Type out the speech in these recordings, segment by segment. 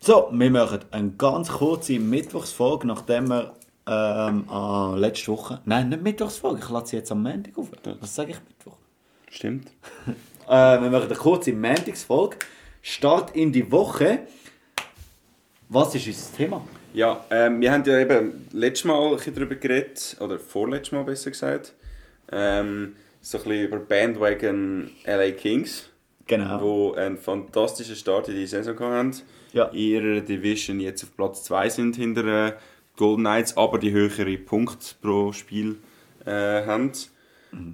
So, wir machen eine ganz kurze Mittwochsfolge, nachdem wir ähm, äh, letzte Woche. Nein, nicht Mittwochsfolge, ich lasse sie jetzt am Montag auf. Was sage ich Mittwoch? Stimmt. Äh, wir machen eine kurze Montagsfolge. Start in die Woche. Was ist unser Thema? Ja, ähm, wir haben ja eben letztes Mal ein bisschen darüber geredet, oder vorletztes Mal besser gesagt, ähm, so ein bisschen über Bandwagon LA Kings, Genau. wo einen fantastischen Start in die Saison gehabt haben. Ja. In ihrer Division jetzt auf Platz 2 sind hinter äh, Golden Knights, aber die höhere Punkte pro Spiel äh, haben.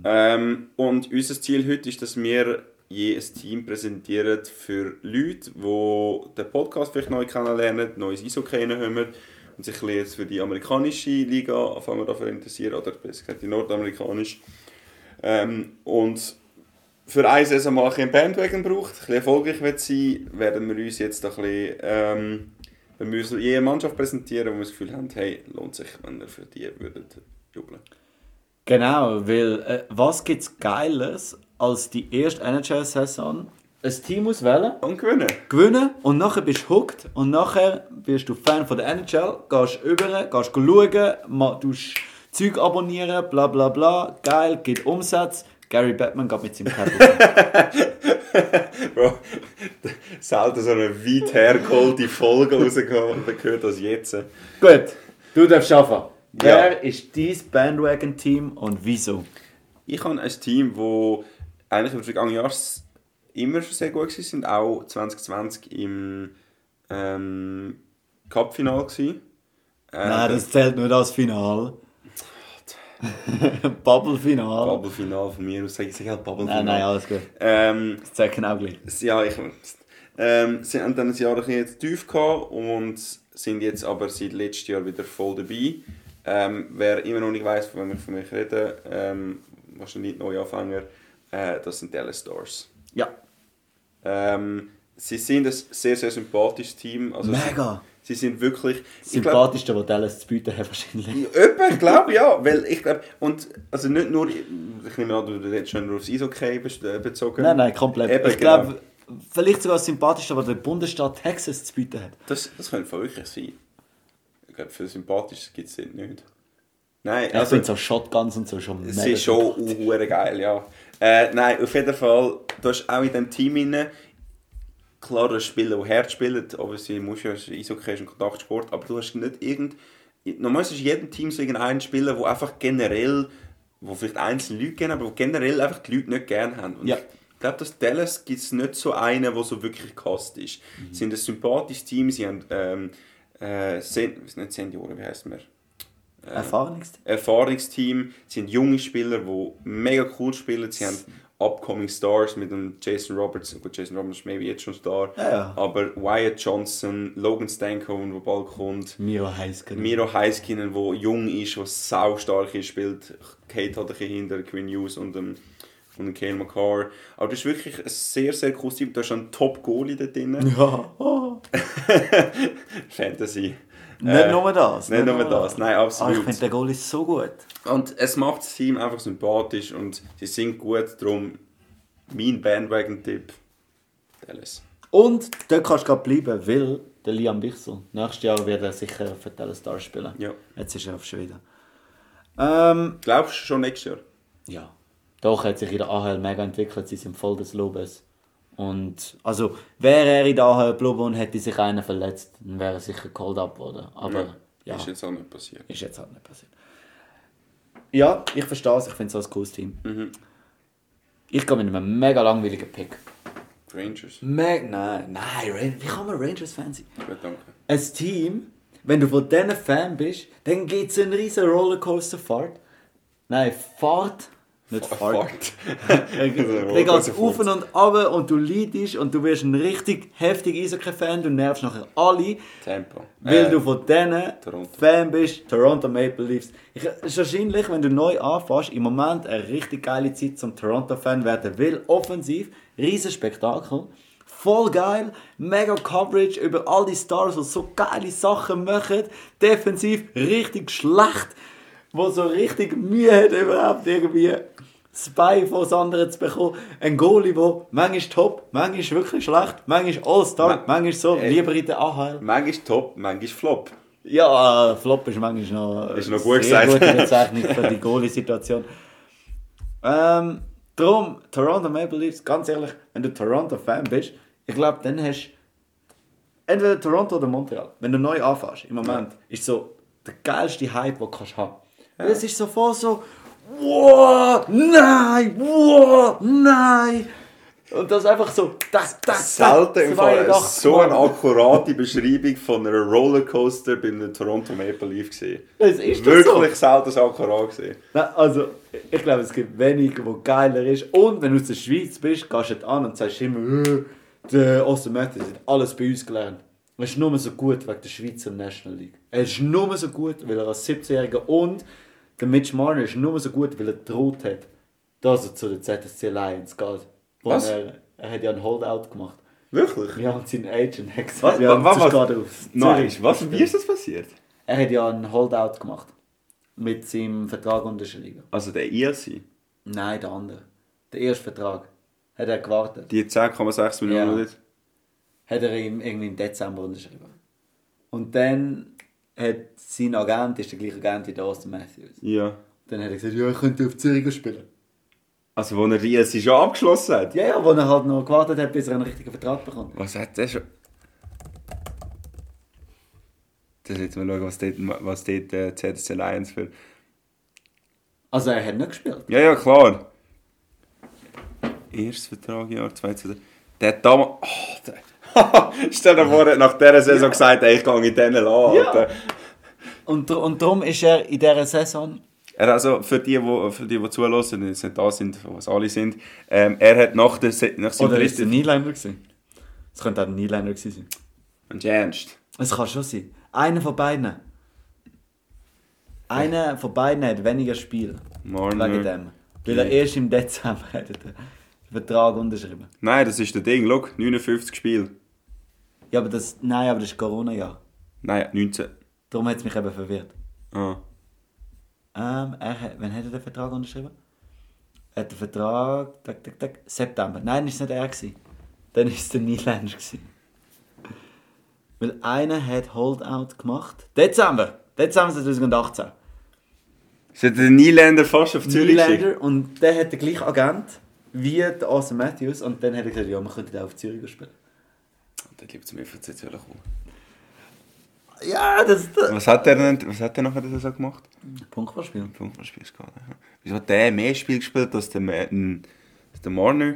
Ähm, und unser Ziel heute ist, dass wir je ein Team präsentieren für Leute, die den Podcast vielleicht neu kennenlernen, neues ISO kennenlernen und sich ein bisschen jetzt für die amerikanische Liga anfangen dafür interessieren, oder besser gesagt die nordamerikanische. Ähm, und für eine Saison mal ein bisschen Bandwagon braucht, ein bisschen erfolgreich wird sein, werden wir uns jetzt ein bisschen, ähm, wenn wir uns je eine Mannschaft präsentieren, wo wir das Gefühl haben, hey, lohnt sich, wenn wir für die würdet jubeln. Genau, weil äh, was gibt es Geiles als die erste NHL-Saison? Ein Team auswählen, Und gewinnen! gewinnen und nachher bist du hooked und nachher bist du Fan von der NHL, gehst über, gehst schauen, ma- tust Zeug abonnieren, bla bla bla, geil, gibt Umsatz. Gary Batman geht mit seinem Kette. Bro, selten so eine weit hergeholte Folge rausgekommen und gehört als jetzt. Gut, du darfst anfangen. Ja. Wer ist dein Bandwagon-Team und wieso? Ich habe ein Team, wo eigentlich über die vergangenen Jahre immer schon sehr gut war, sind auch 2020 im ähm, Cup-Final gsi. Ähm, Nein, das zählt nur das Final. Bubble-Final. Bubble-Final von mir aus, sag ich sag halt Bubble-Final. Nein, nein, also- alles gut. Ähm, Das zählt genau gleich. ja, ich ähm, sie haben dann ein Jahr ein bisschen jetzt tief gehabt und sind jetzt aber seit letztem Jahr wieder voll dabei. Ähm, wer immer noch nicht weiß, von wem ich von mir rede, ähm, wahrscheinlich Neuanfänger, äh, das sind die Dallas Stars. Ja. Ähm, sie sind ein sehr, sehr sympathisches Team. Also Mega. Sie, sie sind wirklich... ich glaub- Sympathischste, was Dallas zu bieten hat, wahrscheinlich. Etwa, ich glaube ja, weil ich glaube, und also nicht nur, ich nehme an, du redest schon nur aufs Eishockey best- äh, bezogen. Nein, nein, komplett. Eben, ich genau. glaube, vielleicht sogar das Sympathischste, was der Bundesstaat Texas zu bieten hat. Das, das könnte verrückt sein. Ich glaube, für Sympathisches gibt es nicht. Nein, Ich also, finde so Shotguns und so schon es ist schon hure geil, ja. Äh, nein, auf jeden Fall, du hast auch in diesem Team rein, klar, du hast Spieler, die hart spielen, aber sie muss ja, Eishockey ist ein Kontaktsport, aber du hast nicht irgend... Normal ist in jedem Team so irgendein Spieler, der einfach generell, wo vielleicht einzelne Leute gerne, aber wo generell einfach die Leute nicht gerne haben. Und Ja. Ich glaube, dass Dallas gibt es nicht so einen, der so wirklich gehasst ist. Sie sind ein sympathisches Team, sie haben ähm, äh, Sen nicht Senioren, wie heißt man? äh, Erfahrenigste. Erfahrungsteam, es sind junge Spieler, die mega cool spielen. Sie haben Upcoming Stars mit dem Jason Roberts. Gut, Jason Roberts ist maybe jetzt schon Star. Ja, ja. Aber Wyatt Johnson, Logan Stankoven, der bald kommt. Miro Heisker. Miro Heiskinen, der jung ist, der sau stark ist, spielt. Kate hat ein bisschen hinter Quinn Hughes und dem und dem Cale McCarr. Aber das ist wirklich ein sehr, sehr cooles Team. Du hast einen Top-Goalie da drin. Ja. Äh, Oh. Fantasy. Nicht Äh, nur das. Nicht nur das, nein, Ah, absolut. ich finde, der Goal ist so gut. Und es macht das Team einfach sympathisch und sie sind gut, darum mein Bandwagon-Tipp, Dallas. Und dort kannst du gerade bleiben, weil der Liam Bichsel, nächstes Jahr wird er sicher für Telestar spielen. Ja. Jetzt ist er auf Schweden. Ähm, Glaubst du schon nächstes Jahr? ja. Doch, hat sich in der AHL mega entwickelt, sie sind voll des Lobes. Und, also, wäre er in der AHL geblieben und hätte sich einer verletzt, dann wäre er sicher cold up worden. Aber, ja, Ist jetzt auch nicht passiert. ist jetzt halt nicht passiert. Ja, ich verstehe es, ich finde es ein cooles Team. Ich gehe mit einem mega langweiligen Pick. Rangers. Meg, nein, nein, Ran- wie kann man Rangers-Fan sein? Gut, danke. ein Team, wenn du von denen Fan bist, dann gibt es einen riesen Rollercoaster-Fahrt. Nein, Fahrt. Nicht Fahrt. Fakt. Also, Dann geht es auf und runter und du leidest und du wirst ein richtig heftiger Eishockey-Fan. Du nervst nachher alle, Tempo. weil Äh, du von denen Toronto. Fan bist. Toronto Maple Leafs. Ich, es ist wahrscheinlich, wenn du neu anfängst, im Moment eine richtig geile Zeit zum Toronto-Fan werden. Weil offensiv, riesen Spektakel. Voll geil, mega Coverage über all die Stars, die so geile Sachen machen. Defensiv richtig schlecht, wo so richtig Mühe hat überhaupt irgendwie das Bein von das andere zu bekommen. Ein Goalie, der manchmal top, manchmal wirklich schlecht, manchmal All-Star, Ma- manchmal so, Ey. lieber in der AHL. Manchmal top, manchmal flop. Ja, äh, Flop ist manchmal noch, äh, Ist noch gut sehr gesagt. gute Bezeichnung für die Goalie-Situation. Ähm, drum, Toronto Maple Leafs, ganz ehrlich, wenn du Toronto-Fan bist, ich glaube, dann hast du entweder Toronto oder Montreal. Wenn du neu anfängst, im Moment, ist so der geilste Hype, den du kannst haben. Weil Es ist sofort so, wow, nein, wow, nein. Und das einfach so, das, das, das, Selten im Fall 82 so eine Mal. akkurate Beschreibung von einer Rollercoaster bei einem Toronto Maple Leaf gesehen. Es ist doch so. Wirklich selten so akkurat gesehen. Nein, also, ich glaube, es gibt wenige, wo geiler ist. Und wenn du aus der Schweiz bist, gehst du dort an und sagst immer, «Äh, der Austin Matthews hat alles bei uns gelernt. Er ist nur so gut wegen der Schweizer National League. Er ist nur so gut, weil er als 17-Jähriger und der Mitch Marner ist nur so gut, weil er gedroht hat, dass er zu der ZSC Lions geht. Und Was? Er, er hat ja einen Holdout gemacht. Wirklich? Ja, und sein Agent hat gesagt, Was? ja, was? sonst was? geht er auf Nein, Zürich. was? Wie ist das passiert? Er hat ja einen Holdout gemacht. Mit seinem Vertrag unterschrieben. Also der ILC, Nein, der andere. Der erste Vertrag. Hat er gewartet. die 10,6 Millionen Ja. oder nicht? Hat er ihm irgendwie im Dezember unterschrieben. Und dann hat sein Agent, ist der gleiche Agent wie der Austin Matthews. Ja. Dann hat er gesagt, ja, ich könnte auf Zürich spielen. Also wo er die ILC schon abgeschlossen hat? Ja, ja, wo er halt noch gewartet hat, bis er einen richtigen Vertrag bekommt. Was hat der schon? Das jetzt mal schauen, was dort, was dort äh, ZSC Lions für... Also er hat nicht gespielt. Ja, ja, klar. Erstes Vertragjahr 2000. Der hat damals. Oh, der. Stell dir vor, er hat nach dieser Saison gesagt, ey, ich gehe in diesen an. Ja. Alter. Und, dr- und darum ist er in dieser Saison... Er also, für die, wo, für die, die zulassen, die jetzt nicht da sind, was alle sind, ähm, er hat nach, der, Se- nach seinem dritten. Nieliner gewesen? Es könnte auch ein Nieliner gewesen sein. Und ernst. Es kann schon sein. Einer von beiden. Einer von beiden hat weniger Spiel. Marner. Wegen dem. Weil er erst im Dezember hat den Vertrag unterschrieben. Nein, das ist der Ding, schau, 59 Spiele. Ja, aber das, nein, aber das ist Corona-Jahr. Nein, 19. Darum hat es mich eben verwirrt. Ah. Ähm, er, hat- wann hat er den Vertrag unterschrieben? Er hat den Vertrag, tak, tak, tak, September. Nein, ist nicht er gewesen. Dann ist es der Nylander gewesen. Weil einer hat Holdout gemacht. Dezember! Dezember 2018. Sie hat den Niederländer fast auf Zürich geschickt. Nylander und der hat den gleichen Agent wie der Austin Matthews und dann hat er gesagt, ja, wir könnten auch auf Zürich spielen. Der liebt zu mir für die kommen. Ja, das ist das. Was hat er denn, was hat er nachher so gemacht? Punktball spielen. Fußballspiel ist gegangen. ja. Wieso hat der mehr Spiel gespielt als der, Ma- n- als der Marner?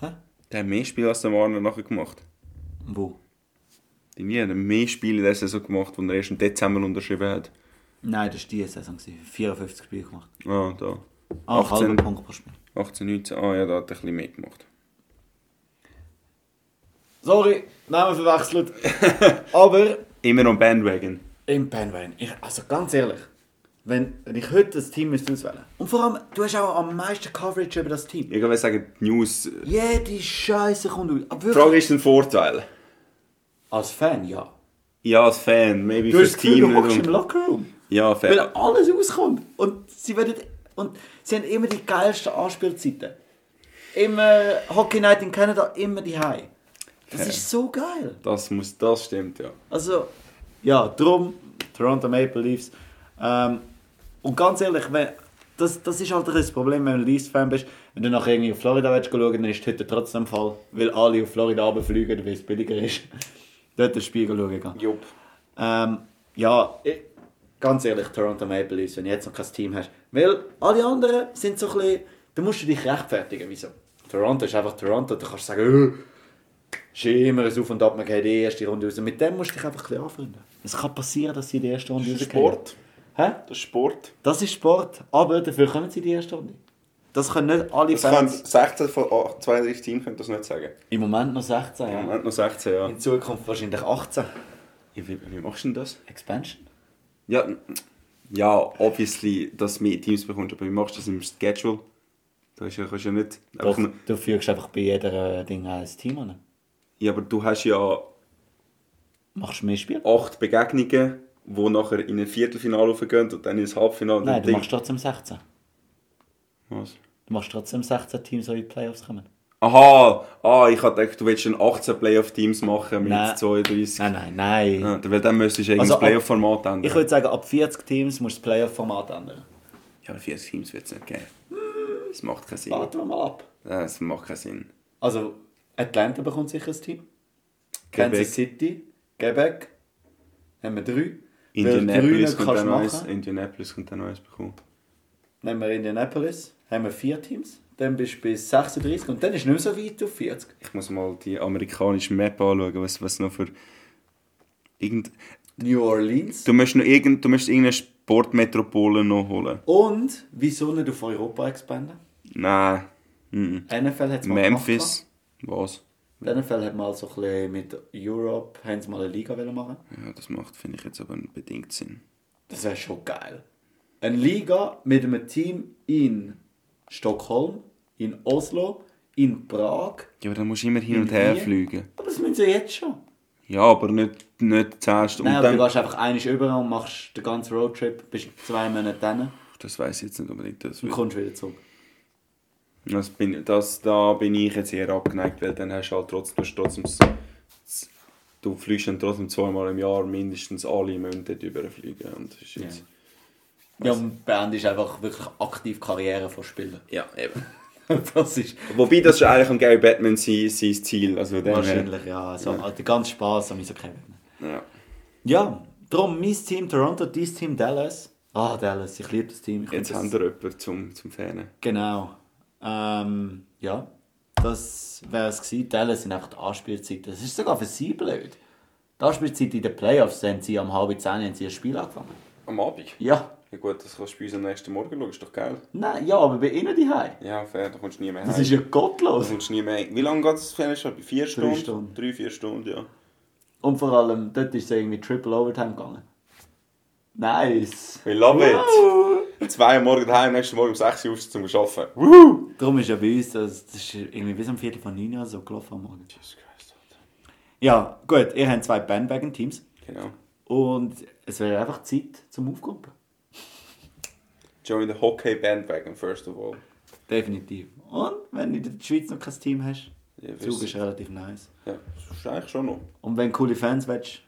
Hä? Der hat mehr Spiel als der Marner nachher gemacht. Wo? Die Nie hat mehr Spiele in der Saison gemacht, die er erst im Dezember unterschrieben hat. Nein, das war diese Saison. gewesen. 54 Spiele gemacht. Ah, da. Ah, 18. halber Punktball spielen. 18, 19. Ah ja, da hat er ein bisschen mehr gemacht. Sorry, Namen verwechselt. Aber Immer noch Bandwagon. im Penwayne, ich, also ganz ehrlich, wenn, wenn ich heute das Team müsste auswählen Und vor allem, du hast auch am meisten Coverage über das Team. Ich würde sagen, die News. Die Jede Scheiße kommt aus. Aber Frage wirklich. ist ein Vorteil. Als Fan, ja. Ja, als Fan, maybe Du hast fürs das Gefühl, Team. du hockst im Und... Lockerroom. Ja, Weil Fan. alles rauskommt. Und sie, werden, und sie haben immer die geilsten Anspielzeiten. Immer Hockey Night in Canada, immer die High. Das ist so geil. Das, muss, das stimmt, ja. Also, ja, drum Toronto Maple Leafs. Ähm, und ganz ehrlich, wenn, das, das ist halt ein bisschen das Problem, wenn du Leafs-Fan bist. Wenn du nachher irgendwie auf Florida willst schauen, dann ist heute trotzdem der Fall, weil alle auf Florida runterfliegen, weil es billiger ist. Dort das Spiel schauen gehen. Jupp. Ähm, ja, ich, ganz ehrlich, Toronto Maple Leafs, wenn du jetzt noch kein Team hast. Weil alle anderen sind so ein bisschen, da musst du dich rechtfertigen, wieso? Toronto ist einfach Toronto, da kannst du sagen, «Äh, es ist immer ein Auf und Ab, man geht die erste Runde raus. Mit dem musst du dich einfach ein bisschen anfreunden. Es kann passieren, dass sie in die erste Runde Das ist rausgehen. Sport. Hä? Das ist Sport. Das ist Sport, aber dafür kommen sie in die erste Runde. Das können nicht alle Das können, Fans. 16 von 8, 32 Teams können das nicht sagen. Im Moment noch 16, Im ja. Moment noch 16, ja. In Zukunft wahrscheinlich 18. Ja, wie, wie machst du denn das? Expansion? Ja, n- ja, obviously, dass du mehr Teams bekommst, aber wie machst du das im Schedule? Da ist ja, kannst du ja nicht. Doch, einfach nur- du führst einfach bei jeder äh, Ding ein Team an. Ja, aber du hast ja Machst mehr Spiele? acht Begegnungen, die nachher in ein Viertelfinale raufgehen und dann ins Halbfinale. Nein, und du dann- machst trotzdem 16. Was? Du machst trotzdem 16 Teams, die in die Playoffs kommen. Aha, ah, ich hatte gedacht, du willst schon 18 Playoff-Teams machen mit Nein. 32. Nein, nein, nein. Ah, Weil dann müsstest du irgendein Also, ab- Playoff-Format ändern. Ich würde sagen, ab 40 Teams musst du das Playoff-Format ändern. Ja, aber 40 Teams wird es nicht geben. Das macht keinen Sinn. Nein, Warten wir mal ab. Das macht keinen Sinn. Also, Atlanta bekommt sicher ein Team. Quebec, Kansas City, Quebec, haben wir drei. Weil Indianapolis drei kommt ein kannst du neues. machen. Indianapolis kommt ein neues bekommen. Nehmen wir Indianapolis, haben wir vier Teams. Dann bist du bis 36 und dann ist nicht mehr so weit auf 40. Ich muss mal die amerikanische Map anschauen, was, was noch für... Irgend... New Orleans. Du musst noch irgend... du musst irgendeine Sportmetropole noch holen. Und wieso nicht auf Europa expanden? Nein. Mhm. NFL hat es mal gemacht. Memphis. Was? Die NFL hat mal so ein bisschen mit Europe haben sie mal eine Liga wollen machen. Ja, das macht, finde ich, jetzt aber einen bedingt Sinn. Das wäre schon geil. Eine Liga mit einem Team in Stockholm, in Oslo, in Prag. Ja, aber dann musst du immer hin und In her Wien? fliegen. Aber das müssen sie jetzt schon. Ja, aber nicht, nicht 10 Stunden. Nein, Und aber du dann, gehst einfach einmal über und machst den ganzen Roadtrip, bist zwei Monate dann das weiß ich jetzt nicht unbedingt. Das, und wird- kommst wieder zurück. das bin, das, da bin ich jetzt eher abgeneigt, weil dann hast du halt trotzdem, du hast trotzdem das- du fliegst dann trotzdem zweimal im Jahr mindestens alle Monate überfliegen. Und das ist jetzt, Ja, und beendest einfach wirklich aktiv Karriere von Spielern. ja. eben. Das ist Wobei das ist eigentlich am Gary Batman sein, sein Ziel. Also der wahrscheinlich, ja. Also, Der ganze Spaß an mir so kennen. Ja. Ja, darum mein Team Toronto, dein Team Dallas. Ah, Dallas, ich liebe das Team. Ich Jetzt finde haben das, wir jemanden zum, zum Fernen. Genau. Ähm, ja, das wäre es gewesen. Dallas sind einfach die Anspielzeiten. Das ist sogar für sie blöd. Die Anspielzeit in den Playoffs haben sie am halben zehn haben sie ein Spiel angefangen. Am Abend? Ja. Ja gut, das kannst du bei uns am nächsten Morgen schauen, ist doch geil. Nein, ja, aber bei ihnen die Ja, fair, da kommst du nie mehr Das heim. ist ja gottlos. Du kommst nie mehr. Wie lange geht das Fernsehen? Vier Stunden? Stunden. Drei, vier Stunden, ja. Und vor allem, dort ist es irgendwie Triple Overtime gegangen. Nice. We love Wow. it! Zwei am Morgen daheim, nächsten Morgen um 6 Uhr aufstehen zum Arbeiten. Darum ist ja bei uns, das, das ist irgendwie bis um Viertel von neun Uhr so gelaufen am Morgen. Jesus Christ, Alter. Ja, gut, ihr habt zwei Bandwagon-Teams. Genau. Und es wäre einfach Zeit zum Aufkumpeln. Join the hockey bandwagon, first of all. Definitiv. Und wenn du in der Schweiz noch kein Team hast, Ja, der Zug wisst ist relativ nice. Ja, das ist eigentlich schon noch. Und wenn du coole Fans willst,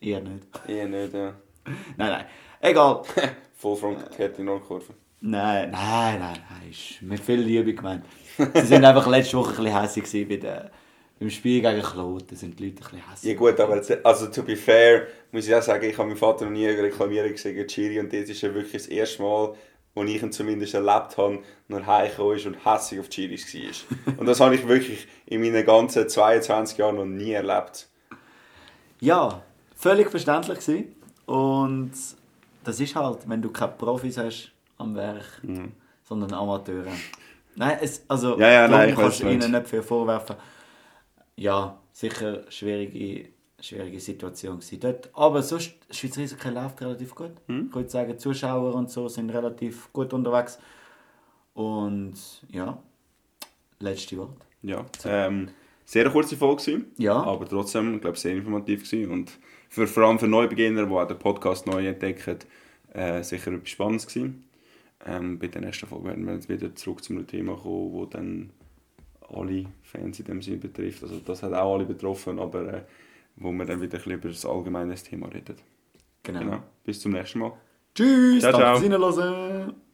eher nicht. Eher nicht, ja. Nein, nein. Egal. Voll front Kette in Nordkurve. nein, nein, nein, nein. Ist mit viel Liebe gemeint. Sie sind einfach letzte Woche ein bisschen hässlich gewesen bei der, beim Spiel gegen Kloten. sind die Leute ein bisschen Ja hässlich. gut, aber jetzt, also to be fair, muss ich auch sagen, ich habe meinen Vater noch nie reklamieren gesehen gegen Chiri und das ist ja wirklich das erste Mal, wo ich ihn zumindest erlebt habe, nur heimgekommen ist und hässlich auf Chiri war. und das habe ich wirklich in meinen ganzen 22 Jahren noch nie erlebt. Ja, völlig verständlich gewesen. Und das ist halt, wenn du keine Profis hast am Werk, sondern Amateure. Nein, es, also Mhm. Ja, ja, darum nein, ich kannst weiss, du was du ihnen nicht viel vorwerfen. Ja, sicher schwierige, schwierige Situation gewesen dort. Aber sonst, das Schweizer Eishockey läuft relativ gut. Hm? Ich würde sagen, Zuschauer und so sind relativ gut unterwegs. Und ja, letzte Wort. Ja, ähm, sehr kurze Folge gewesen, Ja. aber trotzdem, ich glaube, sehr informativ gewesen und für, vor allem für Neubeginner, die auch den Podcast neu entdecken, äh, sicher etwas Spannendes gewesen. Ähm, bei der nächsten Folge werden wir jetzt wieder zurück zum Thema kommen, wo dann alle Fans in dem Sinn betrifft. Also das hat auch alle betroffen, aber äh, wo wir dann wieder ein bisschen über das allgemeine Thema reden. Genau. Genau, bis zum nächsten Mal. Tschüss, Ciao, danke ciao. fürs Reinhören.